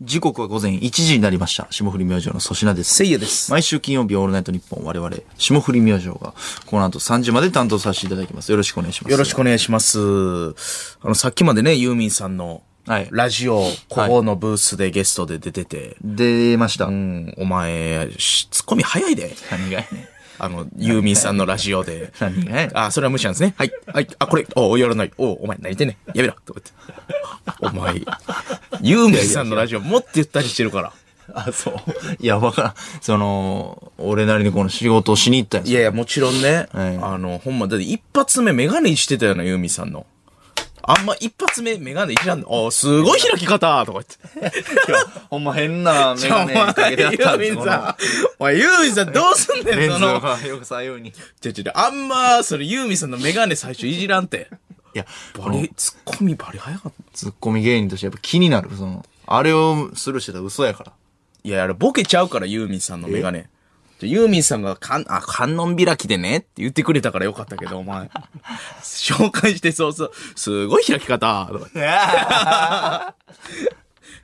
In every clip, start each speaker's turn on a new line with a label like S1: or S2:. S1: 時刻は午前1時になりました。霜降り明星の粗品です。
S2: せいやです。
S1: 毎週金曜日オールナイトニッポン我々、霜降り明星が、この後3時まで担当させていただきます。よろしくお願いします。
S2: よろしくお願いします。あの、さっきまでね、ユーミンさんの、
S1: はい
S2: ラジオ、ここのブースでゲストで出てて、
S1: 出ました。
S2: うん、お前、しツッコミ早いで。
S1: 何がやねん。
S2: あの、ユーミンさんのラジオで。
S1: 何がやねん。
S2: あ、それは無視なんですね。はい。はい。あ、これ、おうやらない。おうお前、何言ってんねん。やめろ。とか言って。お前、ユーミンさんのラジオ、もっとゆったりしてるから。
S1: あ、そう。いや、わからん。その、俺なりにこの仕事をしに行ったんで
S2: い
S1: すよ。
S2: やいや、もちろんね。
S1: はい
S2: あの、ほんま、だって一発目メガネしてたよな、ユーミンさんの。あんま一発目メガネいじらんの。あ、すごい開き方とか言って。
S1: ほんま変なメ
S2: お前、ユーミ
S1: よ
S2: ンさん。お前、ユーミンさんどうすんね
S1: レ
S2: ん、
S1: ン
S2: そ
S1: ズ
S2: の。
S1: がよく左右に。い
S2: ちょちょちょ、あんま、それユーミンさんのメガネ最初いじらんて。
S1: や、
S2: バリ、ツッコミバリ早かった。
S1: ツッコミ芸人としてやっぱ気になる。その、あれをスルーしてたら嘘やから。
S2: いや、あれボケちゃうから、ユーミンさんのメガネ。ちょユーミンさんが、かん、あ、観音開きでねって言ってくれたからよかったけど、お前。 紹介して、そうそう。すごい開き方とか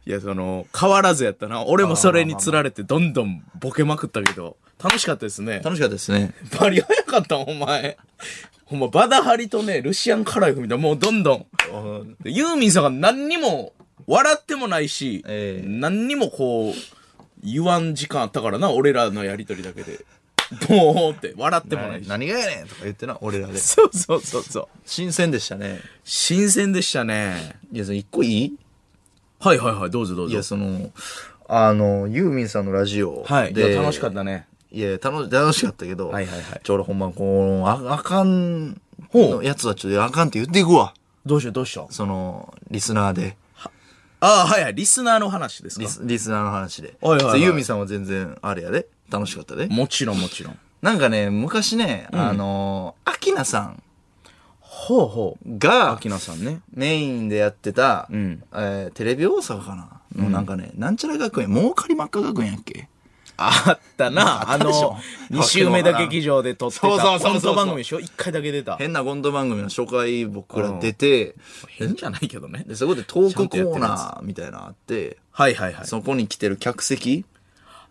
S2: いや、その、変わらずやったな。俺もそれにつられて、どんどんボケまくったけど、楽しかったですね。
S1: 楽しかったですね。
S2: バリ早かった、お前。ほんま、バダハリとね、ルシアン・カライフみたいな、もうどんどん。でユーミンさんが何にも、笑ってもないし、
S1: ええ
S2: 何にもこう、言わん時間あったからな、俺らのやりとりだけ で。ボーって、笑ってもないし。
S1: 何がやねんとか言ってな、俺らで。
S2: そうそうそうそう。
S1: 新鮮でしたね。
S2: 新鮮でしたね。
S1: いや、その一個いい
S2: はいはいはい、どうぞどう
S1: い
S2: ぞ
S1: や、。その、あの、ユーミンさんのラジオ。
S2: はい。い
S1: で、
S2: や楽しかったね。
S1: いや、楽し、楽しかったけど。
S2: はいはいはい
S1: ちょ、俺ほんま、この、あ、あかん、
S2: ほう
S1: やつはちょっとあかんって言っていくわ。
S2: どうしようどうしよう。
S1: その、リスナーで。
S2: ああ、はいはい、リスナーの話ですか
S1: リス、リスナーの話で。
S2: はいはいは
S1: そ
S2: い
S1: うユーミンさんは全然、あれやで。楽しかったで。
S2: もちろんもちろん。
S1: なんかね、昔ね、あの、アキナさん
S2: ほうほう。
S1: が
S2: ア、キナさんね。
S1: メインでやってた、
S2: ん
S1: えーテレビ大阪かな、のなんかね、なんちゃら学園、儲かり真っ赤学園やっけ
S2: あったな。あ
S1: ったでしょ
S2: の、2週 目だけ劇場で撮ってた。
S1: そうそうそうそう
S2: コント番組でしょ ?1 回だけ出た。
S1: 変なゴンド番組の初回僕ら出て、
S2: 変じゃないけどね
S1: で、そこでトークコ
S2: ちゃんとやっ
S1: ー
S2: てるや
S1: ナーみたいなのあって、
S2: はいはいはい。
S1: そこに来てる客席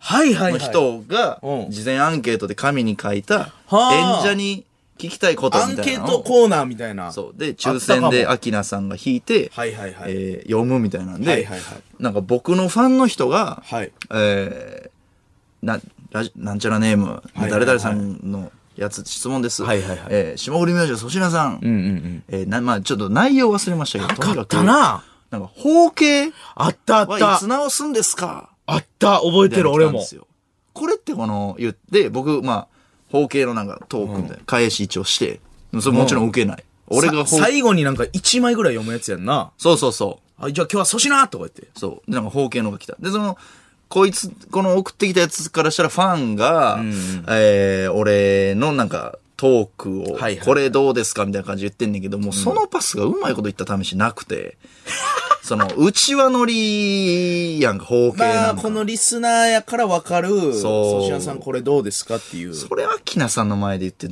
S2: はいはい
S1: の
S2: はい。
S1: 人が
S2: う、ん
S1: 事前アンケートで紙に書いた、
S2: はあ
S1: 演者に聞きたいこと
S2: ア
S1: み
S2: ン
S1: たい
S2: ケ
S1: な
S2: ー
S1: の
S2: ト
S1: を
S2: コーナーみたいな。
S1: そう。で、抽選で
S2: あっ
S1: アキナさんが引いて、
S2: はいはいはい
S1: えー読むみたいなんで、
S2: はいはいはい
S1: なんか僕のファンの人が、
S2: はい
S1: えーな、ラジなんちゃらネーム、
S2: はいはい
S1: 誰々さんのやつ質問です。
S2: はいはいはい
S1: えー霜降り明星粗品さん。
S2: うんうん
S1: えーな、まあちょっと内容忘れましたけど、
S2: うん。あ
S1: と
S2: った
S1: にか
S2: な。
S1: く、なんか、包茎
S2: あったあっ
S1: はい
S2: た
S1: つ。直すんですか
S2: あった、覚えてる俺も。
S1: これってこの、言って、僕、まあ、包茎のなんかトークみたいな、返し一応して、でもそれもちろん受けない。俺が
S2: さ
S1: 包茎
S2: 最後になんか1枚ぐらい読むやつやんな。
S1: そうそうそう。
S2: あ、じゃあ今日は粗品とか言って。
S1: そう。で、なんか、方形のが来た。で、その、こいつ、この送ってきたやつからしたら、ファンが、えー、俺のなんか、トークを、
S2: はいはい
S1: これどうですかみたいな感じで言ってんねんけど、もうそのパスがうまいこと言った試しなくて、 その、うちわ乗りやんか、方形
S2: ま
S1: な
S2: あ、
S1: んか。
S2: このリスナーやからわかる、
S1: そう
S2: 粗品さんこれどうですかっていう。
S1: それ、アキナさんの前で言って、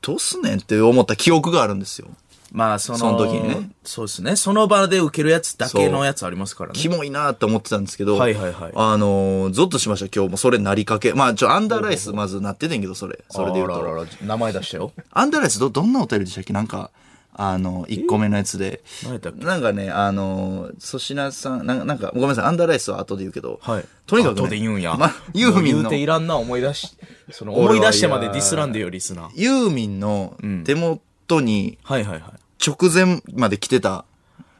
S1: どうすんねんって思った記憶があるんですよ。
S2: まあ、その、
S1: その時にね。
S2: そうですね。その場で受けるやつだけのやつありますからね
S1: キ。モいなーって思ってたんですけど、
S2: はいはいはい
S1: あのー、ゾッとしました、今日も。それなりかけ。まあ、ちょ、アンダーライスまずなっててんけど、それ。それで言うと。
S2: あららら名前出したよ。
S1: アンダーライスど、どんなお便りでしたっけなんか、あの、1個目のやつで
S2: 何やったっ。け
S1: なんかね、あの、粗品さんなん、なんか、ごめんなさい、アンダーライスは後で言うけど、
S2: はい。
S1: とにかく、ね、
S2: 後で言うんや。
S1: まユーミン
S2: 言う
S1: の
S2: て、いらんな、思い出し、その、
S1: 俺は
S2: 思い出してまでディスらんでよ、リスナー。
S1: ユーミンの手元に
S2: はいはいはい。
S1: 直前まで来てた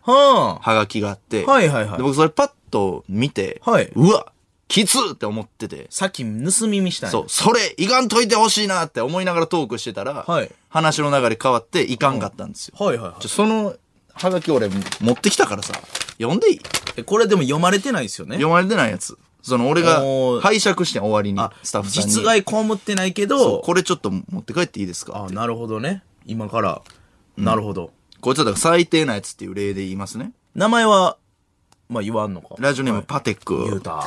S2: は
S1: ハガキがあって、
S2: あ。はいはいは
S1: で
S2: い。
S1: 僕それパッと見て、
S2: はいう
S1: わきつって思ってて、
S2: さっき盗み見したんや
S1: そう、それ、いかんといてほしいなって思いながらトークしてたら、
S2: はい
S1: 話の流れ変わって、いかんかったんですよ。
S2: はいはいはい
S1: ちょその、ハガキ俺持ってきたからさ、読んでいい
S2: え。これでも読まれてないですよね。
S1: 読まれてないやつ。その、俺が
S2: おー
S1: 拝借してん終わりに
S2: あ、、
S1: スタッフさんに。
S2: 実害被ってないけ
S1: そう
S2: ど、
S1: これちょっと持って帰っていいですか
S2: あ、なるほどね。今から、なるほど。
S1: こいつはだから最低なやつっていう例で言いますね。
S2: 名前は、まあ言わんのか。
S1: ラジオネームパテック。
S2: 言うた。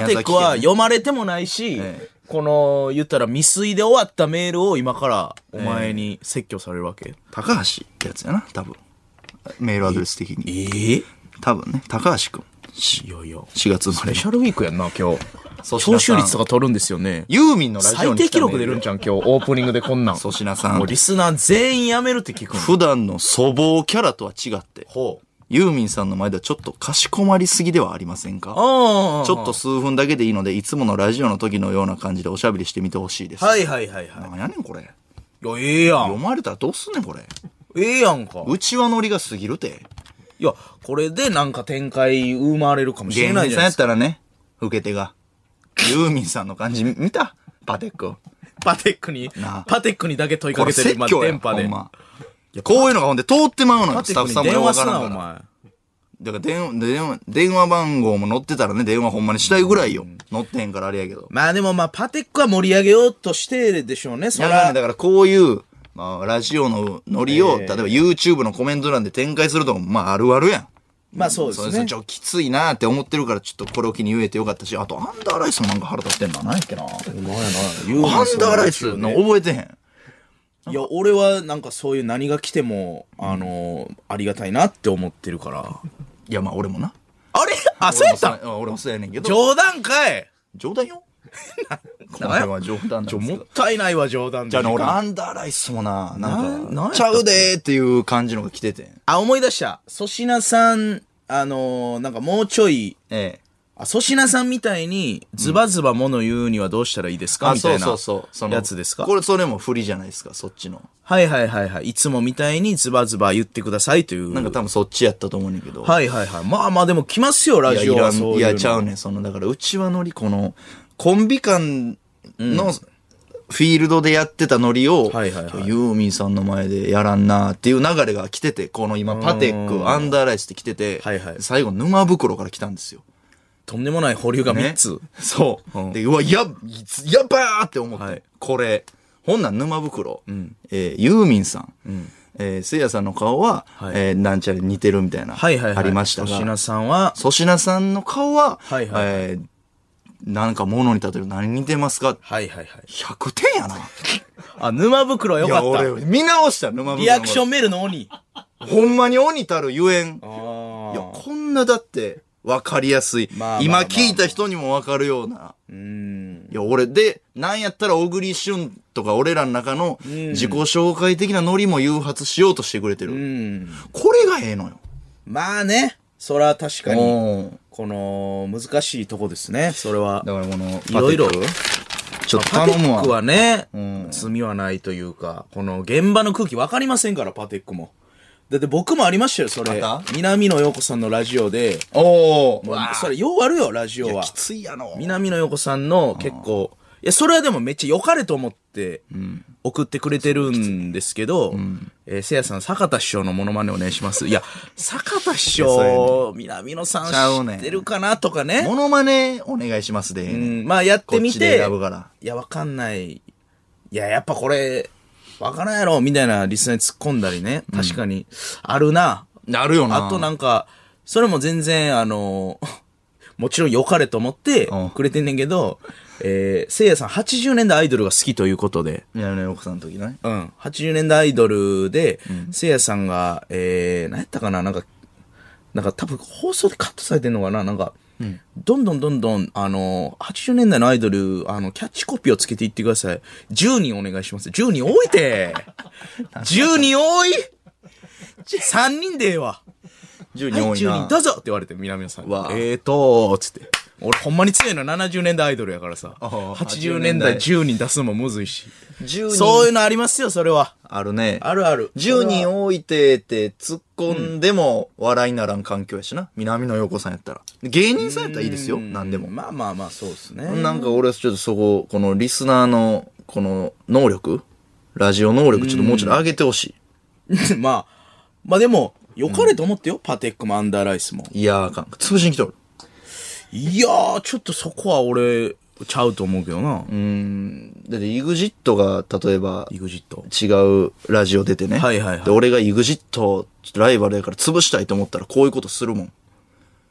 S1: 宮崎
S2: テ
S1: 県
S2: ックは読まれてもないし、
S1: え
S2: この、言ったら未遂で終わったメールを今からお前に説教されるわけ。
S1: 高橋ってやつやな、多分。メールアドレス的に。
S2: ええ
S1: 多分ね、高橋くん。
S2: いやいや。ス
S1: 4月生ま
S2: ペ
S1: れの
S2: シャルウィークやんな、今日。
S1: 粗品さん
S2: 聴取率とか取るんですよね。
S1: ユーミンのラジオ
S2: 最
S1: に来た
S2: 低記
S1: メール
S2: 録出るんちゃうん、今日。オープニングでこんなん。
S1: 粗品さ
S2: も
S1: ん
S2: うリスナー全員やめるって聞くの。
S1: 普段の粗暴キャラとは違って
S2: ほう。
S1: ユーミンさんの前ではちょっとかしこまりすぎではありませんか
S2: ああ。
S1: ちょっと。数分だけでいいのでいつものラジオの時のような感じでおしゃべりしてみてほしいです
S2: はいはいはいは
S1: なんやねんこれ
S2: い。いや、ええやん。
S1: 読まれたらどうすんねんこれ
S2: ええやんか。
S1: うちわノリが過ぎるて
S2: いや、これでなんか展開生まれるかもしれ
S1: 芸
S2: ない
S1: 人さ
S2: じゃ
S1: ん
S2: ない
S1: や
S2: で
S1: っ
S2: すか。
S1: たらね受け手がユーミンさんの感じ見たパテック
S2: パテックに
S1: なあ、
S2: パテックにだけ問い
S1: こ
S2: か
S1: れ
S2: けてる、
S1: 説
S2: 今、
S1: 教や
S2: 電
S1: ん
S2: 波
S1: ほ
S2: で
S1: ん。まこういうのがほんで通ってまうのよ
S2: パ
S1: ス
S2: テ
S1: タ
S2: ッ
S1: ッフ
S2: クに
S1: さんも
S2: 電
S1: ようわ
S2: 話
S1: か
S2: す
S1: ら
S2: な、
S1: んか
S2: お
S1: ら
S2: 前。
S1: だから電話電話電話番号も載ってたらね電話ほんまにしたいぐらいよ載ってへんからあれやけど
S2: まあでもまあ、パテックは盛り上げようとしてでしょうね、そ
S1: だからね、
S2: ら。
S1: だからこういう、まあ、ラジオのノリを、
S2: え
S1: 例え
S2: え
S1: ば YouTube のコメント欄で展開するとかも、まあ、あるあるやん。
S2: まあそうです
S1: それ
S2: ね
S1: ち。ょっときついなって思ってるから、ちょっとこれを機に言えてよかったし、あと、アンダーライスもなんか腹立ってんのはないっけな。アン
S2: なんや
S1: ダーライスの覚えてへん。
S2: いや、俺はなんかそういう何が来ても、あのー、ありがたいなって思ってるから。
S1: いや、まあ、俺もな。
S2: あれあ、そうやったん
S1: 俺も俺もそうやねんけど。
S2: 冗談かい
S1: 冗談よ。こ
S2: なんや
S1: れは冗 談なんですけ
S2: もっ
S1: ど。
S2: たいないわ、冗談で。
S1: じゃあね、俺、アンダーライスもな、なん
S2: ななんや
S1: か、
S2: った
S1: ちゃうでーっていう感じのが来ててん。
S2: あ、思い出した。粗品さん、あのー、なんかもうちょい、
S1: ええ。
S2: あ粗品さんみたいに、ズバズバもの言うにはどうしたらいいですか、
S1: あ、
S2: みた
S1: そ
S2: いうな。
S1: そうそう。その
S2: やつですか
S1: これ、それも不利じゃないですか、そっちの。
S2: はいはいはいはい。いつもみたいにズバズバ言ってくださいという。
S1: なんか多分そっちやったと思うねんだけど。
S2: はいはいはい。まあまあでも来ますよ、ラ
S1: いや、
S2: ジ
S1: い
S2: オ
S1: ら
S2: は
S1: ん
S2: そういうの。
S1: いや、ちゃうねん。その、だから、うちわのり、この、コンビ間の、フィールドでやってたノリを、
S2: はいはいはい
S1: ユーミンさんの前でやらんなっていう流れが来てて、この今、パテック、アンダーライスって来てて、
S2: はいはい
S1: 最後、沼袋から来たんですよ。
S2: とんでもない保留が3つ。
S1: そう。
S2: うん
S1: で、うわ、や、やばーって思って、
S2: はい
S1: これ、ほんなん沼袋、えーユーミンさん、えーせいやさんの顔は、
S2: はい
S1: えーなんちゃら似てるみたいな、
S2: はいはいはい。
S1: ありましたが、
S2: 粗品さんは、
S1: 粗品さんの顔は、
S2: はいはいはい
S1: えーなんか物に例える何に似てますか
S2: はいはいはい。
S1: 100点やな。
S2: あ、沼袋よ
S1: い
S2: か
S1: や、
S2: った。
S1: 俺、見直した、沼袋の
S2: リアクションメールの鬼。あ
S1: ほんまに鬼たるゆえん。いや、
S2: あ。
S1: こんなだって、わかりやすい。
S2: まあまあまあ
S1: 今聞いた人にもわかるような。
S2: うーん。
S1: いや、俺、で、なんやったら、小栗旬とか俺らの中の自己紹介的なノリも誘発しようとしてくれて
S2: う
S1: る。
S2: ん。
S1: これがええのよ。
S2: まあね。それは確かに、
S1: うん
S2: この、難しいとこですね。それは。
S1: だからこの、
S2: いろいろ
S1: パテックちょっと
S2: パテ
S1: 頼む
S2: ック
S1: わ。
S2: はね、
S1: ん
S2: 罪はないというか、この現場の空気分かりませんから、パテックも。だって僕もありましたよ、それ
S1: また。
S2: 南野陽子さんのラジオで。
S1: おー。
S2: それ、ようあるよ、ラジ
S1: い
S2: オ
S1: や
S2: は
S1: き。ついやろ。
S2: 南野陽子さんの結構、いや、それはでもめっちゃ良かれと思って、送ってくれてるんですけど、えーせいやさん、坂田師匠のモノマネお願いします。い や、坂田師
S1: いやそうや
S2: 匠、南野さ
S1: ちゃうんね
S2: 知
S1: ん
S2: ってるかなとかね。
S1: モノマネお願いしますで、
S2: うん、まあやって
S1: こ
S2: み
S1: っちで
S2: て、
S1: 選ぶから
S2: いや、わかんない。いや、やっぱこれ、わからんやろ、みたいなリスナーに突っ込んだりね。確かに、あるな。
S1: なるよな。
S2: あとな
S1: か、
S2: んんか、それも全然、あの、 もちろん良かれと思って
S1: うん
S2: くれてんねんけど、えー、せいやさん80年代アイドルが好きということで、
S1: 宮野さんの時ね。
S2: うん、80年代アイドルで、せいやさんが、えー、何やったかな、なんか、なんか多分放送でカットされてんのかな、なんか、どんどんどんどん、あの、80年代のアイドル、あの、キャッチコピーをつけていってください。10人お願いします。10人多い て !10 人多い !3 人でええわ。
S1: 10
S2: はい、
S1: 人多
S2: 10
S1: いな。
S2: 人どうぞって言われて、南野さんに
S1: わあ
S2: えーとー、つって。俺ほんまに強いのは70年代アイドルやからさ。
S1: ああ
S2: 80年代10人出すのもむずいし。
S1: 10人
S2: そういうのありますよ、それは。
S1: あるね。
S2: あるある。
S1: 10人多いてって突っ込んでも笑いならん環境やしな。南野陽子さんやったら。芸人さんやったらいいですよ。何でも。
S2: まあまあまあ、そうですね。
S1: なんか俺はちょっとそこ、このリスナーの、この能力ラジオ能力ちょっともうちょっと上げてほし
S2: まあ、まあでも、良かれと思ってよ、パテックもアンダーライスも。
S1: い。いやーあかん。潰しに来とる。
S2: いやー、ちょっとそこは俺、ちゃうと思うけどな。
S1: だって EXIT が例えば、
S2: イグジット。
S1: 違うラジオ出てね。
S2: はいはいはい
S1: で、俺が EXIT ライバルやから潰したいと思ったらこういうことするもん。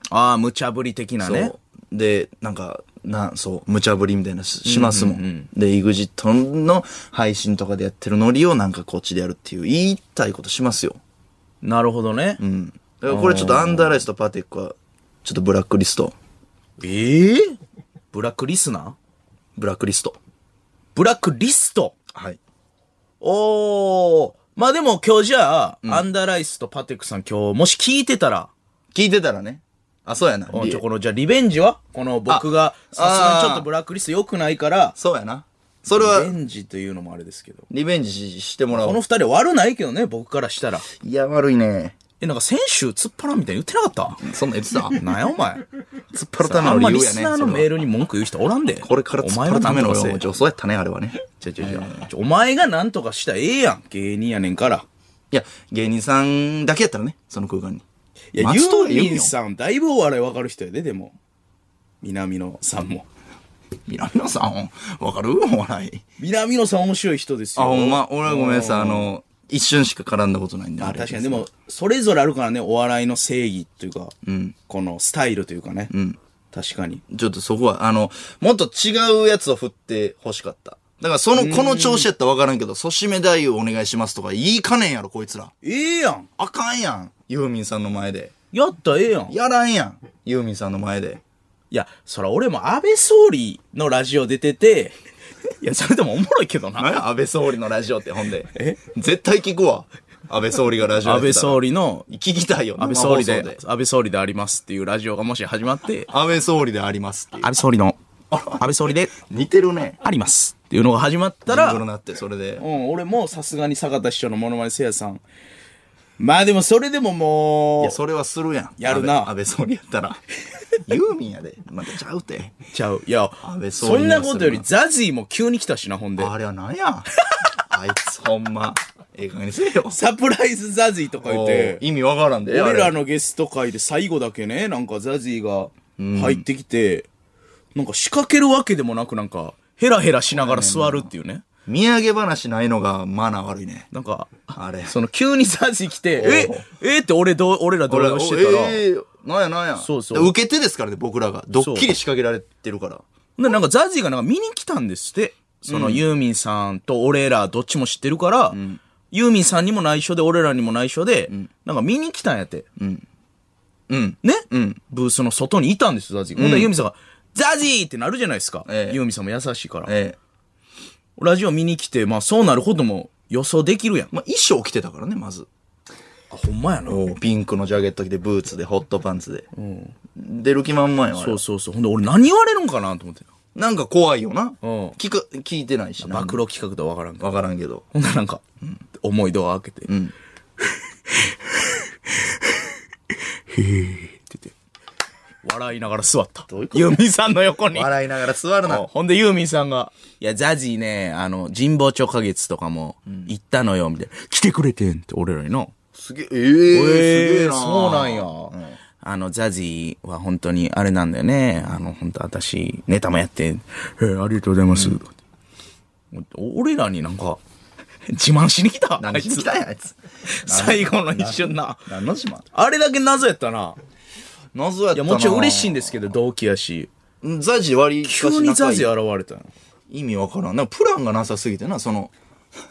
S2: ああ、無茶ぶり的な
S1: そう。
S2: ね。
S1: で、なんか、なん、そう、無茶ぶりみたいなししますもん。で、EXIT の配信とかでやってるノリをなんかこっちでやるっていう、言いたいことしますよ。
S2: なるほどね。
S1: うん。だからこれちょっとアンダーライスとパテックは、ちちょっとブラックリスト。
S2: ええブラックリスナー
S1: ブラックリスト。
S2: ブラックリスト
S1: はい。
S2: おー。まあでも今日じゃあ、アンダーライスとパテックさん今日もし聞いてたら、
S1: 聞いてたらね。あ、そうやな。
S2: お
S1: リ
S2: ちょこの、じゃあリベンジはこの僕が、さすがにちょっとブラックリスト良くないから、
S1: そうやな。それは
S2: リ、ベンジというのもあれですけど。
S1: リベンジししてもらお
S2: こ
S1: う
S2: の。二人悪ないけどね、僕からしたら。
S1: いや、悪いね。
S2: え、なんか先週突っ張らんみたいに言ってなかった
S1: そんなん言ってた
S2: なんやお前。
S1: 突っ張るため
S2: あ
S1: の
S2: んま
S1: 理
S2: リ
S1: 由や
S2: ス
S1: ね。
S2: ナーの
S1: それは
S2: メールに文句言う人おらんで。
S1: これから突っ張るための
S2: お前はなんとかせえ
S1: 女装やったね、あれはね。
S2: ちょちょちょちょお前がなんとかしたらええやん。芸人やねんから。
S1: いや、芸人さんだけやったらね、その空間に。
S2: いや、ユ
S1: 松任
S2: ー
S1: 谷由実
S2: ミンさん、だいぶお笑いわかる人やで、でも。南野さんも。
S1: 南野さん、わかるお笑い。
S2: 南野さん面白い人です
S1: あ、
S2: よ。
S1: ほんま、俺はごめんなさい、あ
S2: う
S1: の、一瞬しか絡んだことないんで。あれ
S2: 確かに、でも、それぞれあるからね、お笑いの正義というか、このスタイルというかね。確かに。
S1: ちょっとそこは、あの、もっと違うやつを振って欲しかった。だからその、この調子やったらわからんけど、粗め太夫お願いしますとか言いかねんやろ、こいつら。
S2: ええやん。
S1: あかんやん。ユーミンさんの前で。
S2: やったらええやん。い
S1: やらんやん。ユーミンさんの前で。
S2: や、そら俺も安倍総理のラジオ出てて、 いや、それでもおもろいけど
S1: なん
S2: な。
S1: や、安倍総理のラジオって、ほんで。え絶対聞くわ。安倍総理がラジオや
S2: 安
S1: ってたら
S2: 倍総理の、
S1: 聞きたいよ、
S2: 安倍総理
S1: 生
S2: で
S1: 放送、
S2: 安倍総理でありますっていうラジオがもし始まって、
S1: 安倍総理でありますっていう
S2: 安倍総理の、 安倍総理で
S1: 似てるね。
S2: ありますっていうのが始まったら、
S1: ジングルなって、それで
S2: う。ん、俺もさすがに坂田師匠のモノマネせいやさん。まあでもそれでもも
S1: いうや、、それはするやん。
S2: やるな
S1: 安倍安倍総理やった ら。ユーミンやで。またちゃうて。
S2: ちゃう。いや
S1: 安倍、総理
S2: そんなことよ
S1: に
S2: り
S1: は
S2: ザジーも急に来たしな、ほんで。
S1: あれはなんや。あいつほんま。ええ加減にせえよ。
S2: サプライズザジーとか言っ
S1: おう
S2: て、
S1: 意味わからんで。
S2: 俺
S1: あ
S2: ら
S1: れ
S2: のゲスト会で最後だけね、なんかザジーが入ってきて、なんか仕掛けるわけでもなくなんか、ヘラヘラしながら座るっていうね。
S1: 土産話ないのがマナー悪いね。
S2: なんか、
S1: あれ。
S2: その急にザジー来て、
S1: おう
S2: ええって俺どう、俺ら動
S1: 俺
S2: 揺してたら、
S1: ええなんやなんや。
S2: そうそう
S1: 受け手ですからね、僕らが。ドッキリ仕掛けられてるから。
S2: で、なんかザジーがなんか見に来たんですって。そのユーミンさんと俺らどっちも知ってるから、ユーミンさんにも内緒で俺らにも内緒で、なんか見に来たんやって。
S1: うん。
S2: ね、
S1: ん
S2: ブースの外にいたんですよ、ザジー。ほんでユーミンさんが、ザジーってなるじゃないですか。
S1: ええ
S2: ユーミンさんも優しいから。
S1: ええ
S2: ラジオ見に来て、まあそうなることも予想できるやん。
S1: まあ、衣装着てたからね、まず。
S2: あ、ほんまやな。
S1: おうピンクのジャケット着て、ブーツで、ホットパンツで。出る気満々やわ。あれ
S2: そうそうそう。ほんで俺何言われるんかなと思って。
S1: なんか怖いよな。
S2: ん
S1: 聞く、聞いてないしな。
S2: 暴露企画とは分からんけど。
S1: わからんけど。
S2: ほんならなんか、重いドア開けて。へーって言って。笑いながら座った。
S1: ういうこ
S2: ユーミンさんの横に。
S1: 笑いながら座るな。
S2: ほんでユーミンさんが、いや、ザジーね、あの、神保町花月とかも行ったのよ、みたいな。来てくれてんって、俺らにの。
S1: すげえ、えー、すげえ
S2: えー
S1: な。
S2: そうなんや。。あの、ザジーは本当にあれなんだよね。あの、本当私、ネタもやって、えーありがとうございます。お俺らになんか、自慢しに来た。
S1: 何しに来たんや、あいつ。
S2: 最後の一瞬な。
S1: 何の島
S2: あれだけ謎やったな。
S1: 謎やっ
S2: い
S1: た
S2: や、
S1: な。
S2: もちろん嬉しいん
S1: で。
S2: ですけど、同期やし。
S1: ザジ割りかし
S2: 急にザジ
S1: 仲い
S2: 現れたの。
S1: い意味わからん。なんかプランがなさすぎてな、その、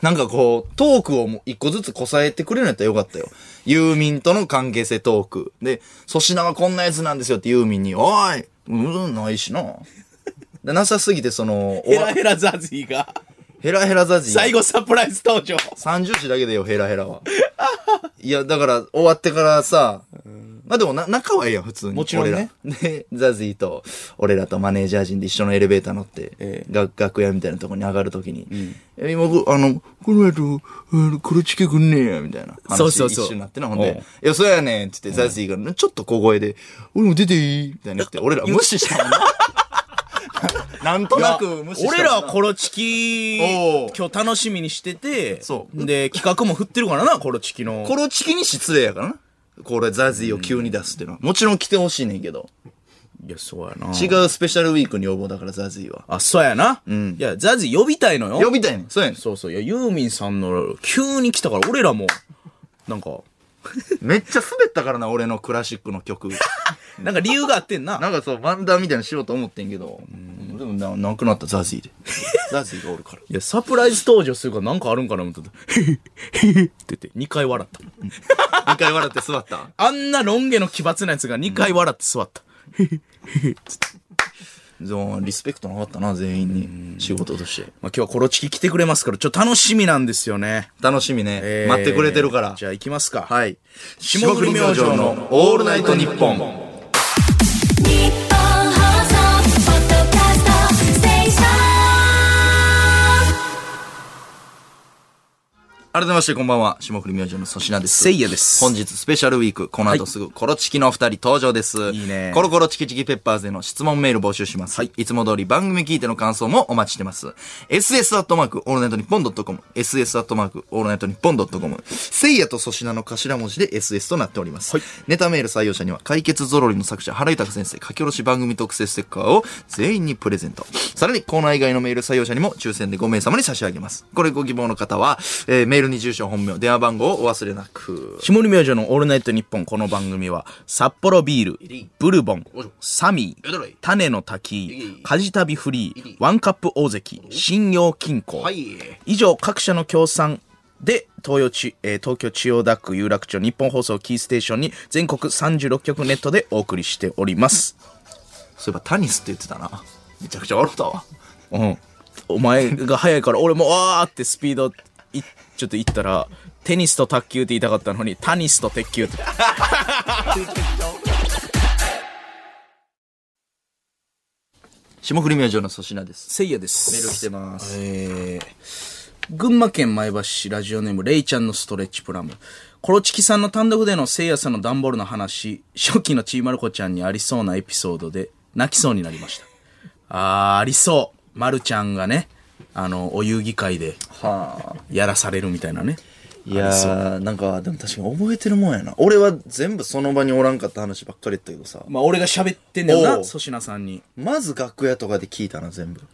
S1: なんかこう、トークをもう一個ずつこさえてくれるんやったらよかったよ。ユーミンとの関係性トーク。で、粗品はこんなやつなんですよってユーミンに、おい、うん、ないしな。でなさすぎて、その、お
S2: ヘ
S1: わ
S2: ラヘラザジーが、
S1: ヘラヘラザジ
S2: 最後サプライズ登場。
S1: 三重詞だけでよ、ヘラヘラは。いや、だから、終わってからさ、まあでもな、仲はいいやん、普通に。
S2: もちろんね
S1: 俺ら。で、ザズィと、俺らとマネージャー陣で一緒のエレベーター乗って、
S2: え
S1: が楽屋みたいなとこに上がるときに、え今、こあの、この後、あの黒チケくんねえや、みたいな話。
S2: そうそうそう
S1: 一緒になってな、ほん
S2: うん
S1: で、いや、そうやねん、つってザズィが、ちょっと小声で、俺も出ていいみたいになって、俺ら無視した もんな。なんとなく無視したもんな。
S2: 俺らはコロチキ、
S1: お
S2: 今
S1: う
S2: 日楽しみにしてて、
S1: そう
S2: で、企画も振ってるからな、コロチキの。
S1: コロチキに失礼やからな。これ、ザジーを急に出すっていうのは。もちろん来てほしいねんけど。
S2: いや、そうやな。
S1: 違うスペシャルウィークに応募だから、ザジーは。
S2: あ、そうやな。いや、ザジー呼びたいのよ。
S1: 呼びたいねん。そうやねん。
S2: そうそう。いや、ユーミンさんの、急に来たから、俺らも、なんか、
S1: めっちゃ滑ったからな、俺のクラシックの 曲。
S2: なんか理由があってんな。
S1: なんかそう、漫談みたいなのしようと思ってんけど。でもな、なくなった、ザジー で。ザジーがおるから。
S2: いや、サプライズ登場するからなんかあるんかな思ってた。へへへへって言って、2回笑った。
S1: 一回笑って座った。
S2: あんなロン毛の奇抜なやつが2回笑って座った。
S1: そうリスペクトなかったな、全員に。仕事として。
S2: まあ、今日はコロチキ来てくれますから、ちょっと楽しみなんですよね。
S1: 楽しみね。
S2: えー
S1: 待ってくれてるから。
S2: じゃあ行きますか。
S1: はい。
S2: 霜
S1: 霜降
S2: 降り
S1: り
S2: 明
S1: 明
S2: 星
S1: 星
S2: の
S1: の
S2: オ
S1: オ
S2: ー
S1: ー
S2: ル
S1: ル
S2: ナ
S1: ナ
S2: イ
S1: イ
S2: ト
S1: ト
S2: ニ
S1: ニ
S2: ッ
S1: ッ
S2: ポ
S1: ポ
S2: ン
S1: ン。
S3: 日本放送ポッドキャストステーション
S1: 改めましてこんばんは。霜降り明星の粗品です。
S2: せいやです
S1: 本日スペシャルウィーク、この後すぐコロチキのお二人登場です。
S2: いいね
S1: コロコロチキチキペッパーズへの質問メール募集します。い。つも通り番組聞いての感想もお待ちしてます。ss アットマークオールナイトニッポンドットコム。ss アットマークオールナイトニッポンドットコム。せいやと粗品の頭文字で ss となっております。ネタメール採用者には解決ぞろりの作者原豊先生書き下ろし番組特製ステッカーを全員にプレゼント。さらにコーナー以外のメール採用者にも抽選で5名様に差し上げます。これご希望の方は、えーメールに住所、本名、電話番号をお忘れなく。
S2: 霜降り明星のオールナイトニッポンこの番組は、札幌ビール、ブルボン
S1: おいしょ、
S2: サミ
S1: やだろい
S2: ー、種の滝、カジタビフリー、ワンカップ大関、信用金庫。
S1: はい
S2: 以上、各社の協賛で、東洋ち、えー東京千代田区有楽町日本放送キーステーションに全国36局ネットでお送りしており ます。
S1: そういえばタニスって言ってたな。めちゃくちゃ笑ったわ。
S2: うん。お前が早いから、俺もわーってスピードい、ちょっと行ったら、テニスと卓球って言いたかったのに、タニスと鉄球って。
S1: 霜降り明星の粗品です。
S2: せいやです。
S1: メール来てます。
S2: えー、群馬県前橋市ラジオネームレイちゃんのストレッチプラムコロチキさんの単独でのせいやさんの段ボールの話初期のちーまる子ちゃんにありそうなエピソードで泣きそうになりましたあーありそうまるちゃんがねあのお遊戯会で
S1: はあ。
S2: やらされるみたいなね
S1: いやー、なんか、でも確かに覚えてるもんやな。俺は全部その場におらんかった話ばっかりやったけどさ。
S2: まあ俺が喋ってんだよ
S1: お
S2: な
S1: う
S2: 粗品さんに
S1: まず楽屋とかで聞いたな、全部。
S2: か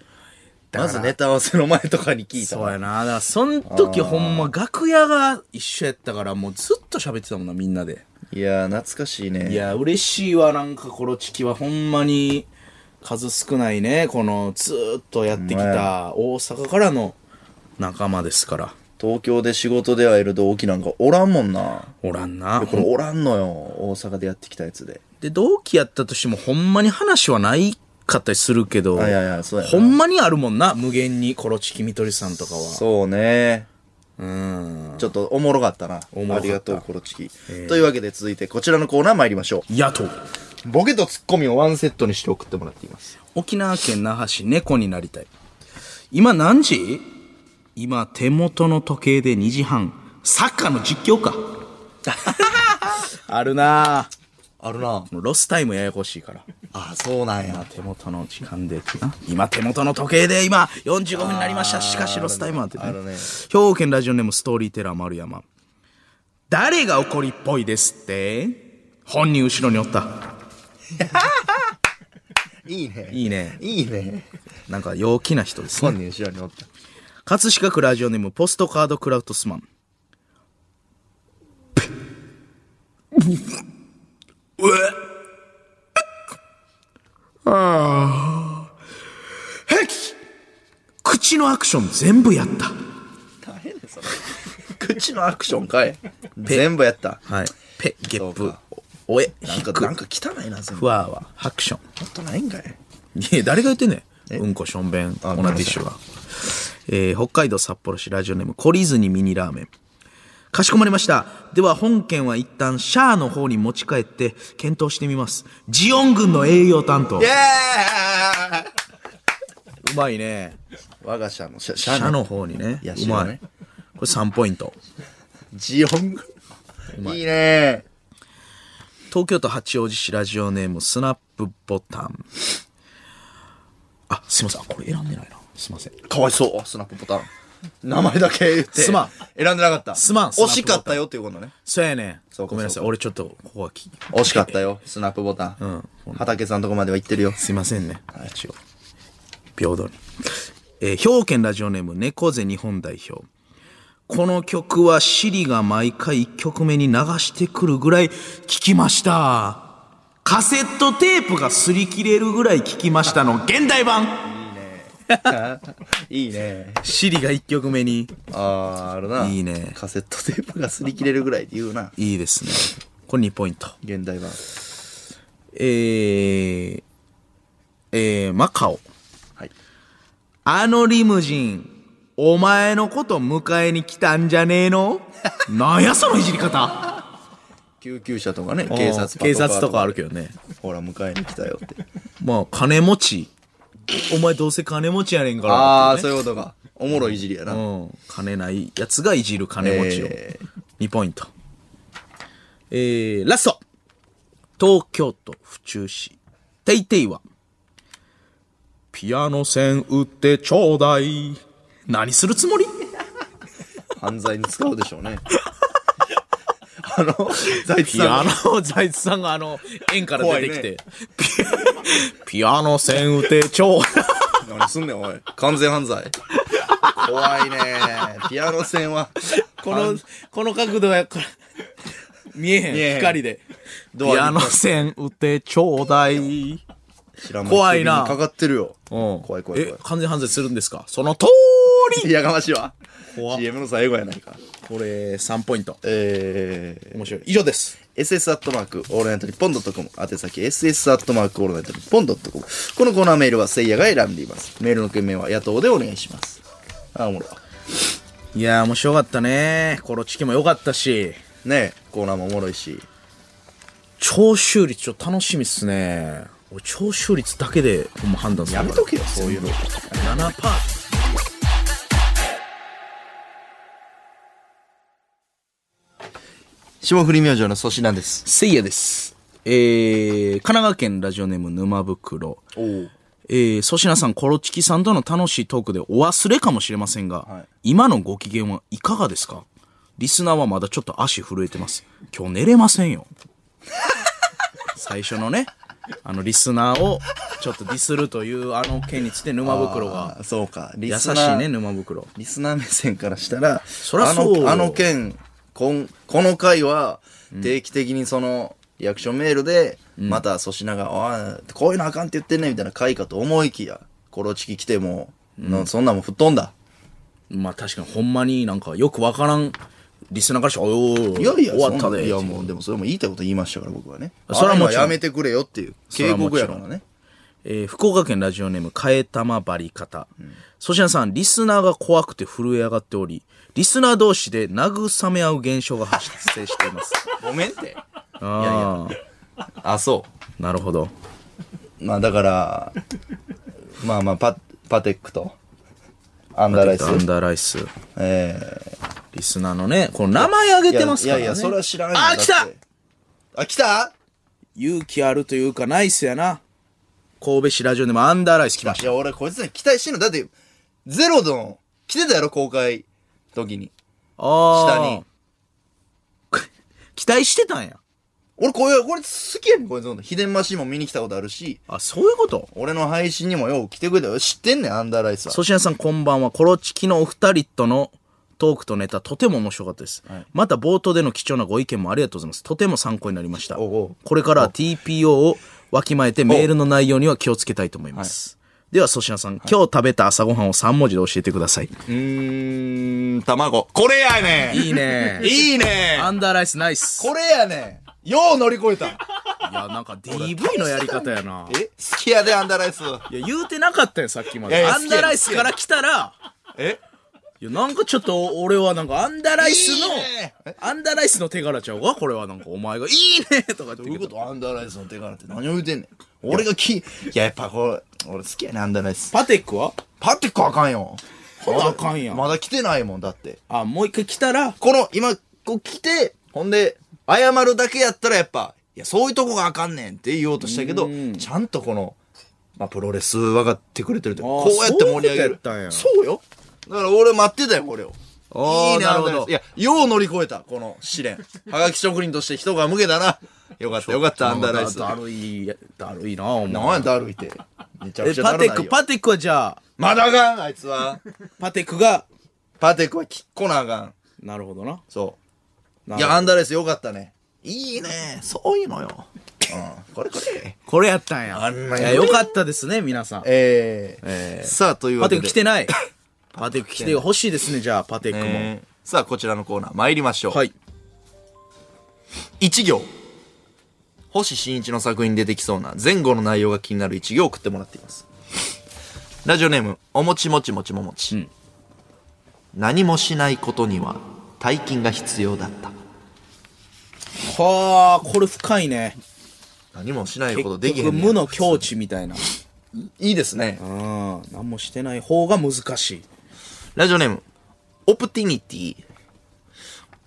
S1: ま
S2: ら
S1: ずネタ合わせの前とかに聞いた
S2: そう
S1: わ。
S2: やなだからそん時ほんま楽屋が一緒やったからもうずっと喋ってたもんなみんなで
S1: いやー、懐かしいね。
S2: いや、嬉しいわ、なんか、コロチキは、ほんまに、数少ないね、この、ずーっとやってき
S1: ほんま
S2: た、大阪からの仲間ですから。
S1: 東京で仕事で会える同期なんかおらんもんな。
S2: おらんな。
S1: これおらんのよ。大阪でやってきたやつで。
S2: で、同期やったとしても、ほんまに話はないかったりするけど、
S1: あいやいやそうやな
S2: ほんまにあるもんな、無限に、コロチキみとりさんとかは。
S1: そうね。
S2: うん。
S1: ちょっとおもろかったな。
S2: おもろかった
S1: ありがとう、コロチキ。というわけで続いてこちらのコーナー参りましょ
S2: 野党。
S1: う。ボケとツッコミをワンセットにして送ってもらっています。
S2: 沖縄県那覇市猫になりたい今何時今手元の時計で2時半サッカーの実況か あるな
S1: あるな。
S2: ぁロスタイムややこしいから
S1: あ、そうなんや。
S2: 手元の時間でな今手元の時計で今45分になりましたしかしロスタイムはってね
S1: あるね
S2: 兵庫県ラジオネームストーリーテラー丸山誰が怒りっぽいですって本人後ろにおった
S1: いいね。
S2: いいね
S1: いいね。
S2: なんか陽気な人ですね
S1: 本人後ろにおった。
S2: 葛飾区ラジオネームポストカードクラウトスマンうえああへき口のアクション全部やった
S1: 誰ねそれ。 口のアクションかい。全部やった。
S2: はいペゲッ
S1: そう
S2: プ
S1: か
S2: おえ
S1: なん
S2: ひ
S1: か、
S2: く
S1: なんか汚いな、全
S2: ふ
S1: 部。
S2: わわハクション
S1: もっとないんかい。
S2: いや、誰が言ってんねん。うんこ、しょんべん、
S1: あ
S2: 粉ティッシュが。えー、北海道札幌市ラジオネーム、懲りずにミニラーメン。かしこまりました。では本件は一旦シャアの方に持ち帰って検討してみます。ジオン軍の栄養担当。う
S1: イェーイ
S2: まいね。
S1: 我が社の社
S2: シ
S1: 社
S2: ャ
S1: の
S2: の方にね。
S1: いや
S2: うま
S1: 知らないい。
S2: これ3ポイント。
S1: ジオング。いいね
S2: 東京都八王子市ラジオネーム、スナップボタン。あ、すいません。あこれ選んでないな。すいません。
S1: かわいそう、スナップボタン。名前だけ言って。
S2: すまん
S1: 選んでなかった。
S2: すまん
S1: 惜しかったよっていうことね。
S2: そうやね
S1: そうか
S2: ごめんなさい。俺ちょっと、ここは聞き
S1: 惜しかったよ、スナップボタン。畑さんのとこまでは行ってるよ。
S2: すいませんね。一応。平等に。えー兵庫県ラジオネーム、猫背日本代表。この曲はシリが毎回1曲目に流してくるぐらい聞きました。カセットテープが擦り切れるぐらい聞きましたの現代版
S1: いいね
S2: シリが1曲目に。
S1: あー、あるな。
S2: いいね
S1: カセットテープが擦り切れるぐらいで言うな。
S2: いいですね。これ2ポイント。
S1: 現代版。
S2: えー、えー、マカオ。
S1: はい。
S2: あのリムジン、お前のこと迎えに来たんじゃね えのなんやそのいじり方
S1: 救急車とかね、 警察
S2: 警察とかある
S1: ど。
S2: けどね。
S1: ほら、迎えに来たよ って。
S2: まあ、金持ち。お前どうせ金持ちやねんから。
S1: ああ、
S2: って
S1: そういうことか。おもろいいじりやな。
S2: ねうん。金ないやつがいじる金持ちを。
S1: えー
S2: 2ポイント。えー、ラスト東京都府中市、テイテイは、ピアノ線打ってちょうだい。何するつもり
S1: 犯罪に使うでしょうね。 あの、財津
S2: ピ
S1: さ
S2: ア
S1: んが。
S2: ノ、財津さんがあの、円から出てきて、
S1: 怖いね
S2: ピピアノ線打て超、
S1: 何すんねん、おい。完全犯罪。怖いねピアノ線は、
S2: この、この角度がこれ見えへん、
S1: 見えへん
S2: 光で。
S1: ド
S2: ピ
S1: ア
S2: ア
S1: に
S2: ノ線打てちょうだい。
S1: 知らん
S2: 怖い
S1: 首
S2: な
S1: にかかってるよ。
S2: うん
S1: 怖い怖い怖
S2: え、完全犯罪するんですかその通り
S1: い。やがましいわ。
S2: 怖っ
S1: CM の最後やないか。
S2: これ、3ポイント。
S1: えー、
S2: 面白い。以上です。
S1: ss アットマークオールナイトニッポンドットコム宛先 ss アットマークオールナイトニッポンドットコムこのコーナーメールはせいやが選んでいますメールの件名は野党でお願いしますあおもろ
S2: いやー、面白かったね。コロチキも良かったし、
S1: ねえコーナーもおもろいし
S2: 徴収率ちょっと楽しみっすね。俺、徴収率だけで、ほんま判断する
S1: や
S2: から。
S1: めとけよそういうの
S2: 7パー。
S1: 霜降り明星の粗品です
S2: せいやです。えー、神奈川県ラジオネーム沼袋。
S1: おお
S2: えー、粗品さん、コロチキさんとの楽しいトークでお忘れかもしれませんが、
S1: はい
S2: 今のご機嫌はいかがですかリスナーはまだちょっと足震えてます。今日寝れませ んよ。最初のね、あの、リスナーをちょっとディスるというあの件について沼袋が、
S1: そうかリ
S2: 優
S1: ス
S2: し
S1: ナー
S2: いね、沼袋。
S1: リスナー目線からしたら
S2: りゃそうよ
S1: あのあの件こんこの回は定期的にそのリアクションメールで、また粗品が「ああこういうのあかんって言ってんね」みたいな回かと思いきやコロチキ来ても、のそんなんも吹っ飛んだ
S2: まあ確かにほんまになんかよくわからん、リスナーからしたら、おーおー、
S1: いやいや
S2: 終わった
S1: そんな
S2: で。
S1: いやもうでもそれも言いたいこと言いましたから僕はね
S2: それはもちろ
S1: あ
S2: ん
S1: やめてくれよっていう警告やからね
S2: えー福岡県ラジオネーム、かえたまばり方。粗品さん、リスナーが怖くて震え上がっており、リスナー同士で慰め合う現象が発生して います。
S1: ごめんって
S2: ああ、
S1: あそ
S2: なるほど。
S1: うまあだからまあまあパパテックとアンダーライス
S2: アンダーライス。
S1: えー
S2: リスナーのね、この名前挙げてますからね。
S1: いやいや、それは知らんよ
S2: あ、来
S1: だ
S2: た
S1: ってあ、来た
S2: 勇気あるというか、ナイスやな。神戸市ラジオネーム、アンダーライス来まし
S1: い
S2: た。
S1: や、俺、こいつら期待してんの。だって、ゼロドン、来てたやろ、公開、時に。
S2: ああ。
S1: 下に。
S2: 期待してたんや。
S1: 俺、こういう、これ好きやねん、こいつのこと。秘伝マシンも見に来たことあるし、
S2: あ、そういうこと
S1: 俺の配信にもよう来てくれたよ。知ってんねん、アンダーライスは。
S2: 粗品さんこんばんは。コロチキのお二人とのトークとネタ、とても面白かったです。また冒頭での貴重なご意見もありがとうございます。とても参考になりました。
S1: おうおう
S2: これからは TPO をわきまえてメールの内容には気をつけたいと思います。では粗品さん、今日食べた朝ごはんを3文字で教えてください。
S1: うーん、卵。これやね
S2: いいね
S1: いいね
S2: アンダーライスナイス。い
S1: これやねんよう乗り越えた。
S2: や、なんか DV のやり方やな。
S1: え好きやで、アンダーライス。
S2: いや、言うてなかったよ、さっきま
S1: いやい
S2: で。
S1: や
S2: アンダーライスから来たら、
S1: え
S2: いや、なんかちょっと、俺はなんか、アンダーライスの
S1: いいねえ、
S2: アンダーライスの手柄ちゃうかこれはなんか、お前が、いいねとか言って
S1: どうい
S2: る
S1: う
S2: け
S1: こ
S2: ど。
S1: とアンダーライスの手柄って何を言うてんねん。俺がき、いや、やっぱこれ、俺好きやねん、アンダーライス。
S2: パテックは
S1: パテックあかんよ。
S2: ほなあかんやん
S1: まだ来てないもん、だって。
S2: あ、もう一回来たら、
S1: この、今、こう来て、ほんで、謝るだけやったらやっぱ、いや、そういうとこがあかんねんって言おうとしたけど、ちゃんとこの、まあ、プロレス分かってくれてるって、
S2: あー
S1: こうやって盛り上げる。
S2: そういうことやったんや
S1: そうよ。だから俺待ってたよ、これを。
S2: あー
S1: いいね、
S2: なるほど
S1: アンダーライスいや、よう乗り越えた、この試練。はがき職人として人が向けたな。よかった、よかった、アンダーライス。
S2: だだるい、だるいな、お
S1: なん
S2: 前。
S1: や、だるいって。めちゃく
S2: え、
S1: ちゃだ
S2: パ
S1: るない
S2: テ
S1: よ
S2: ック、パテックはじゃあ、
S1: まだあかん、あいつは。
S2: パテックが、
S1: パテックはきっこなあかん。
S2: なるほどな。
S1: そう。
S2: ないるほ
S1: や、
S2: ど
S1: アンダーレスよかったね。いいね。そういうのよ。うん。これこれ。
S2: これやったんや。
S1: あんない
S2: や、よかったですね、皆さん。
S1: えー、
S2: えー
S1: さあ、というわ
S2: パテ
S1: け
S2: ッ
S1: で。
S2: ク来 てない。パテック来て欲しいですね、じゃあ、パテックも。
S1: えーさあ、こちらのコーナー参りましょう。
S2: はい。
S1: 一行。星新一の作品に出てきそうな前後の内容が気になる一行を送ってもらっています。ラジオネーム、おもちもちもちももち。
S2: うん
S1: 何もしないことには大金が必要だった。
S2: はあ、これ深いね。
S1: 何もしない
S2: 結
S1: ことできへ
S2: 局、
S1: んね
S2: 無
S1: ん。
S2: の境地みたいな。
S1: いいですね
S2: う。ん。何もしてない方が難しい。
S1: ラジオネーム、オプティニティ。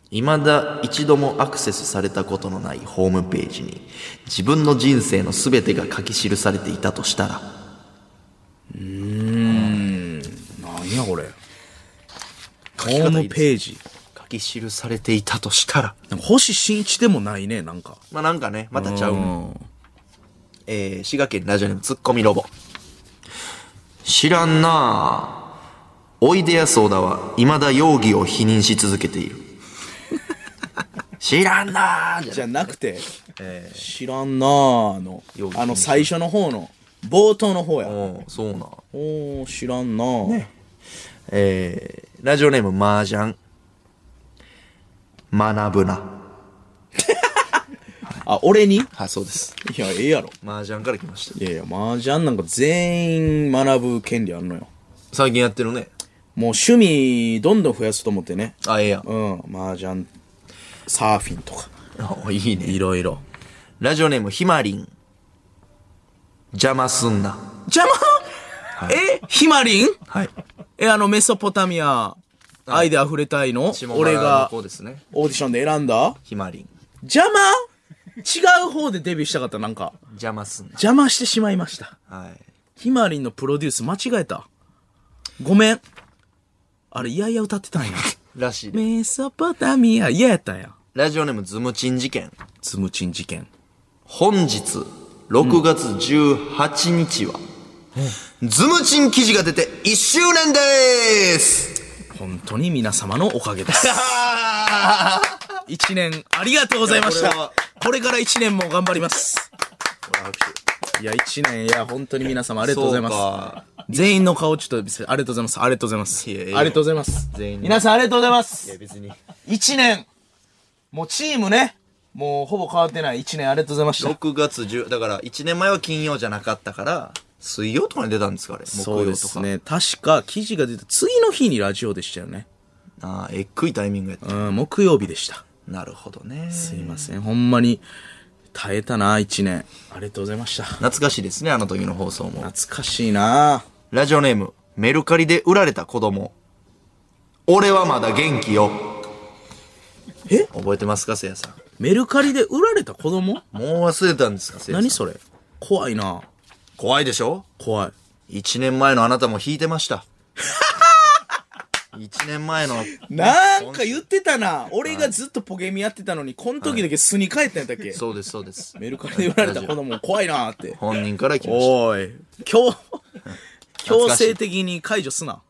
S1: 未だ一度もアクセスされたことのないホームページに自分の人生の全てが書き記されていたとしたら、
S2: なんやこれ。ホ
S1: き方いいです
S2: ームページ。
S1: 書き記されていたとしたら、
S2: なんか星新一でもないね、なんか。
S1: まあなんかね、またちゃう
S2: う
S1: の
S2: ん。
S1: えー滋賀県ラジオネームツッコミロボ。知らんなあおいでやそうだは、未だ容疑を否認し続けて いる。知らんなあじ
S2: じ
S1: ゃ
S2: ゃ
S1: ない
S2: なくて、
S1: えー
S2: 知らんなあの
S1: よ、う
S2: あの最初の方の、冒頭の方や。
S1: おうそうな。
S2: おー、知らんなあ。
S1: えーラジオネーム麻雀。学ぶな。
S2: あ、俺にい
S1: はい、そうです。
S2: や、ええやろ。
S1: 麻雀から来ました。
S2: いやいや、麻雀なんか全員学ぶ権利あるのよ。
S1: 最近やってるね。
S2: もう趣味どんどん増やすと思ってね。
S1: あ、ええやん。
S2: うん、麻雀、サーフィンとか。
S1: あいいね。
S2: ろいろ。
S1: ラジオネームひまりん。邪魔すんな。
S2: 邪魔、えひまりん
S1: はい。
S2: え、あの、メソポタミア、愛で溢れたいの俺が
S1: こうですね。
S2: オーディションで選んだ
S1: ひまりん。
S2: 邪魔違う方でデビューしたかった、なんか。
S1: 邪魔すんな。
S2: 邪魔してしまいました。
S1: はい。
S2: ひまりんのプロデュース間違えた。ごめん。あれ、いやいや歌ってたんや。
S1: らしいで。
S2: メソポタミア、嫌やったんや。
S1: ラジオネームズムチン事件。
S2: つむちん事件。
S1: 本日、6月18日は、ズムチン記事が出て1周年でーす
S2: 本当に皆様のおかげです。
S1: あー
S2: 一年、ありがとうございまし
S1: いやこれ
S2: た
S1: は。
S2: これから一年も頑張ります。 いや、一年、いや、本当に皆様ありがとうございま
S1: そ
S2: す。全員の顔ちょっと見せて、ありがとうございます。ありがとうございます。
S1: いやいやいや
S2: ありがとうございます。
S1: 全員に
S2: 皆さんありがとうございます。
S1: 別に。
S2: 一年、もうチームね、もうほぼ変わってない一年ありがとうございました。
S1: 6月10、だから1年前は金曜じゃなかったから、水曜とかに出たんですかあれ。木
S2: そう
S1: 曜
S2: で
S1: と
S2: す
S1: か。
S2: ね。確か、記事が出た次の日にラジオでしたよね。
S1: ああ、えっくいタイミングやった。
S2: うん、木曜日でした。
S1: なるほどね。
S2: すいません。ほんまに、耐えたな、一年。ありがとうございました。
S1: 懐かしいですね、あの時の放送も。
S2: 懐かしいな
S1: ラジオネーム、メルカリで売られた子供。俺はまだ元気よ。
S2: え
S1: 覚えてますか、せいやさん。
S2: メルカリで売られた子供
S1: もう忘れたんですか、せいやさん。
S2: 何それ怖いな
S1: 怖いでしょ
S2: 怖い。
S1: 一年前のあなたも引いてま した。一年前の、
S2: なんか言ってたな俺がずっとポケミやってたのに、この時だけ巣に帰ったんやったっけ、
S1: そうです、そうです。
S2: メルカリで売られた子供怖いなって。
S1: 本人から来まし
S2: おい。強、強
S1: 懐かしい
S2: 制的に解除すな。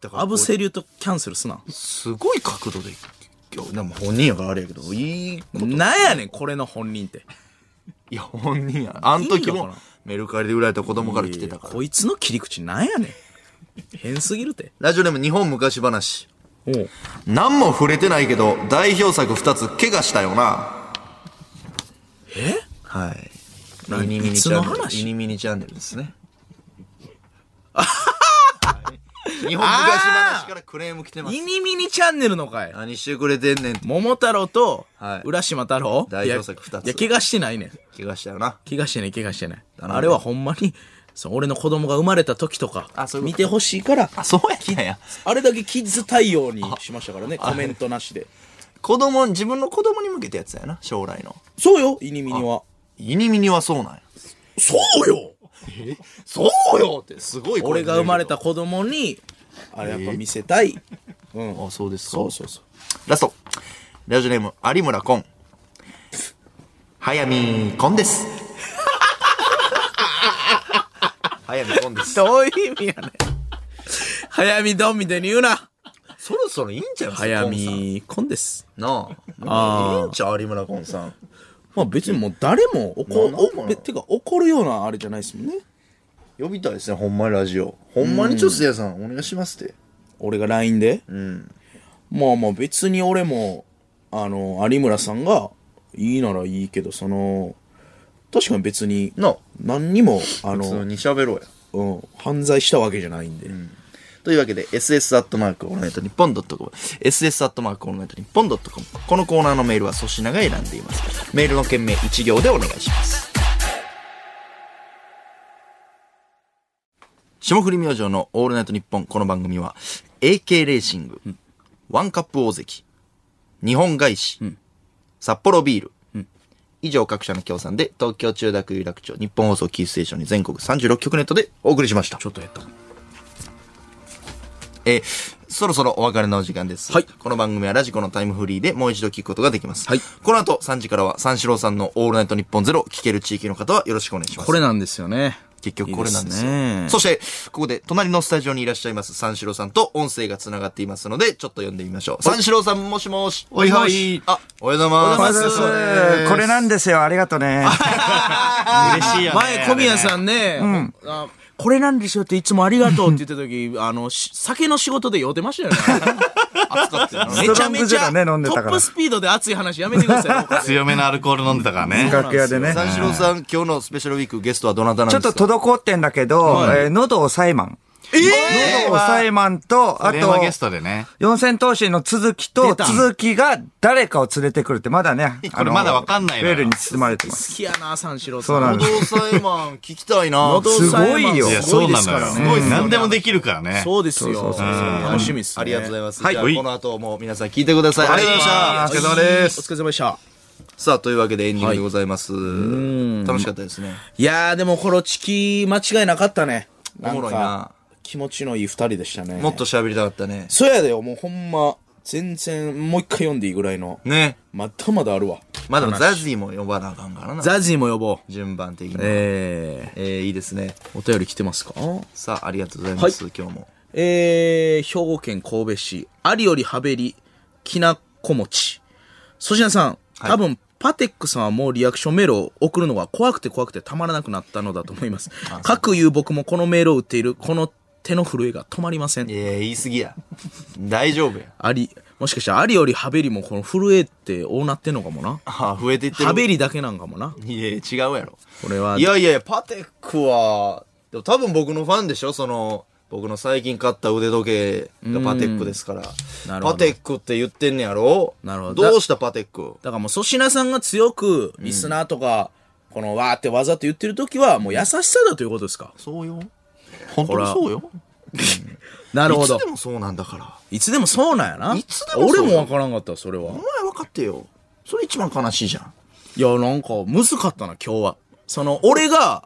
S1: た。だから
S2: アブセリューとキャンセルすな。
S1: すごい角度で、今日、でも本人やからあれやけど、いい、
S2: なんやねん、これの本人って。
S1: いや、本人や。あの時
S2: いいの
S1: も
S2: かな、
S1: メルカリで売られた子供から来てたから
S2: こ。いつの切り口なんやねん。変すぎるて。
S1: ラジオネーム日本昔話。
S2: おう。
S1: 何も触れてないけど、代表作2つ怪我したよな。
S2: え
S1: はい。
S2: 何
S1: イニミニ
S2: いつ
S1: チャ
S2: の
S1: ンネル。
S2: 話
S1: イニミニチャンネルです ね。日本昔話からクレーム来てます
S2: イ。ニミニチャンネルのかい。
S1: 何してくれてんねんって
S2: 桃太郎と
S1: はい、
S2: 浦島太郎、
S1: 代表作二つ
S2: いや、いや怪我してないねん。
S1: 怪我したよな。
S2: 怪我してない、怪我してない。
S1: るほど
S2: あれはほんまに、そう俺の子供が生まれた時とか
S1: あそう、いうこと
S2: 見てほしいから、
S1: あ、そうやったんや。
S2: あれだけキッズ対応にしましたからね、コメントなしで。
S1: 子供、自分の子供に向けたやつやな、将来の。
S2: そうよ、イニミニは。
S1: イニミニはそうなんや。
S2: そうよ
S1: そうよって、すごい
S2: 俺が生まれた。子供に、あれやっぱ見せたい。うん。
S1: あ、そうですか。
S2: そうそうそう。
S1: ラスト。ラジオネーム、有村コン。早見コンです。 早見コンです。
S2: どういう意味やねん。早見どんみたいに言うな。
S1: そろそろいいんちゃう
S2: 早。見こんです。
S1: な あ。
S2: あー
S1: いいんちゃう有村コンさん。
S2: まあ別にもう誰も怒、
S1: まあなんかな
S2: おべてか怒るようなあれじゃないですもんね。
S1: 呼びたいですね、ほんまにラジオ。ほんまにちょっとせいやさん、お願いしますって。
S2: 俺が LINE で。
S1: うん。
S2: まあまあ別に俺も、あの、有村さんが、いいならいいけど、その、確かに別に、
S1: な
S2: 何にも、あ
S1: 普通
S2: の、
S1: に喋ろうや。
S2: うん、犯罪したわけじゃないんで。
S1: というわけで、SS アットマークオールナイトニッポンドットコム、SS アットマークオールナイトニッポンドットコム。このコーナーのメールは粗品が選んでいます。メールの件名1行でお願いします。霜降り明星のオールナイトニッポン、この番組は、AK レーシング、ワンカップ大関、日本外資、札幌ビール、以上各社の協賛で、東京中田区有楽町、日本放送キーステーションに全国36局ネットでお送りしました。
S2: ちょっとやったもん。
S1: えーそろそろお別れのお時間です。
S2: はい
S1: この番組はラジコのタイムフリーでもう一度聞くことができます。
S2: はい
S1: この後3時からは三四郎さんのオールナイトニッポンゼロを聞ける地域の方はよろしくお願いします。
S2: これなんですよね。
S1: 結局これなんですよ。
S2: いいね
S1: そして、ここで隣のスタジオにいらっしゃいます三四郎さんと音声が繋がっていますので、ちょっと読んでみましょう。三四郎さんもしもし。
S4: おいはい
S1: もしもしあ、おはようござい
S4: ま
S1: ます。
S4: ず
S1: おはようございます
S4: これなんですよ。ありがとね。嬉しいよね。
S2: 前、小宮さんね、あこれなんですよっていつもありがとうって言った時、 あの、し酒の仕事で酔ってましたよね。
S1: 暑かったよな
S4: ス
S2: め
S4: ト
S2: ち
S4: ロ
S2: ゃ
S4: ン
S2: め
S4: グ
S2: ち
S4: ゼ
S2: ゃ、
S4: ロね飲んで
S2: ト
S4: たから
S2: ップスピードで熱い話やめてください。 僕
S4: 強めのアルコール飲んでたからね。楽屋でね。
S1: 三四郎さん、今日のスペシャルウィークゲストはどなたなん
S4: ちょ
S1: で
S4: っ
S1: すか
S4: と滞ってんだけど、えー喉をサイマン。喉をサイマンと、あ
S5: 電
S4: と
S5: 話、ゲストでね。
S4: 四千頭身の続き
S2: 出
S4: と、
S2: た
S4: 続きが誰かを連れてくるって、まだね、
S5: これまだわかんないの
S4: ル
S5: よ
S4: ールに包まれてます。
S2: 好きやな、三四郎さん。
S4: そうなんです。
S1: 喉サイマン聞きたい な。
S2: 喉押さえマン
S4: すごいよ
S5: いや、
S2: すご
S5: そ
S2: いうで
S5: な
S2: す
S5: の
S2: からね。
S5: よ。何でもできるからね。
S2: そうですよ。楽しみですね。
S1: ありがとうございます。
S4: はい
S1: じゃあ
S5: はい
S1: この後も皆さん聞いてください。ありがとうございました。
S4: お疲れ様です
S2: お疲れ様でした。
S1: さあ、というわけでエンディングでございます。楽しかったですね。
S2: いやー、でも、このチキ間違いなかったね。
S1: おもろいな
S2: なんか気持ちのいい二人でしたね。
S1: もっと喋りたかったね。
S2: そうやだよ、もうほんま、全然、もう一回読んでいいぐらいの。
S1: ね。
S2: まだまだあるわ。
S1: まあでもザジーも呼ばなあかんからな。
S2: ザジーも呼ぼう。
S1: 順番的に。え
S2: え
S1: ー、いいですね。
S2: ー、お便り来てますか
S1: さあ、ありがとうございます。今日も。
S2: えー、兵庫県神戸市、有りよりはべり、きなこ餅。粗品さん、多分、パテックさんはもうリアクションメールを送るのが怖くて怖くてたまらなくなったのだと思 います。かくいう僕もこのメールを打っている、この手の震えが止まりません
S1: い。や、言い過ぎや。大丈夫や。
S2: あり、もしかしたら、ありよりはべりもこの震えって大なってんのかもな。
S1: ああ、増えていってる。
S2: はべりだけなんかもな。
S1: いや、違うやろ。、
S2: これはい
S1: やいやいや、パテックは、でも多分僕のファンでしょその、僕の最近買った腕時計がパテックですから。
S2: なるほど
S1: パテックって言ってんねやろ
S2: なるほど
S1: どうしたパテック
S2: だからもう粗品さんが強く、リスナーとか、このわーってわざと言ってる時は、もう優しさだということですか。
S1: そうよ。本当にそうよ。
S2: なるほ
S1: い
S2: ど
S1: つで。もそうなんだから。
S2: いつでもそうなんやな。
S1: いつでもそう
S2: 俺もわからんかった、それは。
S1: お前分かってよ。それ一番悲しいじゃん。
S2: いや、なんか、むずかったな、今日は。その、俺が、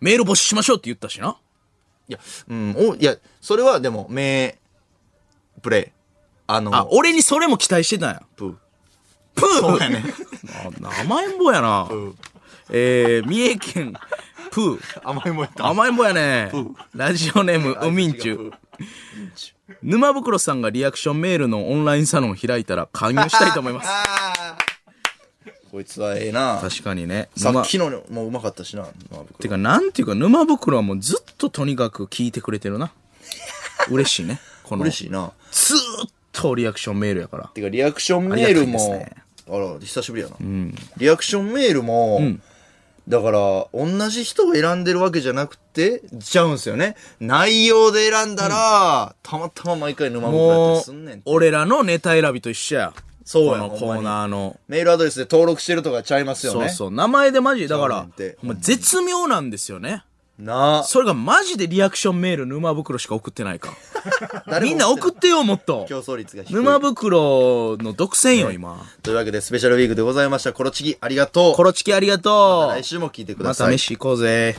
S2: メール募集しましょうって言ったしな。
S1: いや、うん、お、いや、それはでも、名、プレイ。あの、
S2: あ、俺にそれも期待してたんや。
S1: プー。
S2: プーそうやね。 甘えん坊やな。えー、三重県、プー。
S1: 甘いもんやった。
S2: 甘えん坊やね。ラジオネーム、ウミンチュ。沼袋さんがリアクションメールのオンラインサロン開いたら勧誘したいと思い ます。
S1: こいつはええな。
S2: 確かにね。
S1: さ
S2: 沼
S1: っきのもうまかったしな。まあ僕
S2: てか、なんていうか、沼袋はもうずっととにかく聞いてくれて るな。嬉しいね。この、
S1: 嬉しいな。
S2: ずーっとリアクションメールやから。
S1: てか、リアクションメールも、
S2: あ
S1: あ,、
S2: りがたいで
S1: ら、久しぶりやな。リアクションメールも、だから、同じ人を選んでるわけじゃなくて、ちゃうんすよね。内容で選んだら、たまたま毎回沼袋やった
S2: も
S1: りすんね、。
S2: うん俺らのネタ選びと一緒や。
S1: そうや
S2: この
S1: ほん
S2: コ
S1: ま
S2: ー
S1: に
S2: ナーの。
S1: メールアドレスで登録してるとかちゃいますよ
S2: そ
S1: ね。
S2: うそう。名前でマジ、だか
S1: そう
S2: ら
S1: なんて、
S2: ほんま絶妙なんですよね。
S1: なあ。
S2: それがマジでリアクションメール沼袋しか送ってないか。
S1: 誰も
S2: みんな送ってよ、もっと。
S1: 競争率が低い。
S2: 沼袋の独占よ、今。
S1: というわけで、スペシャルウィークでございました。コロチキ、ありがとう。
S2: コロチキありがと
S1: 来
S2: う。
S1: 週も聞いてくだ
S2: ま
S1: さい。
S2: た飯行こうぜ。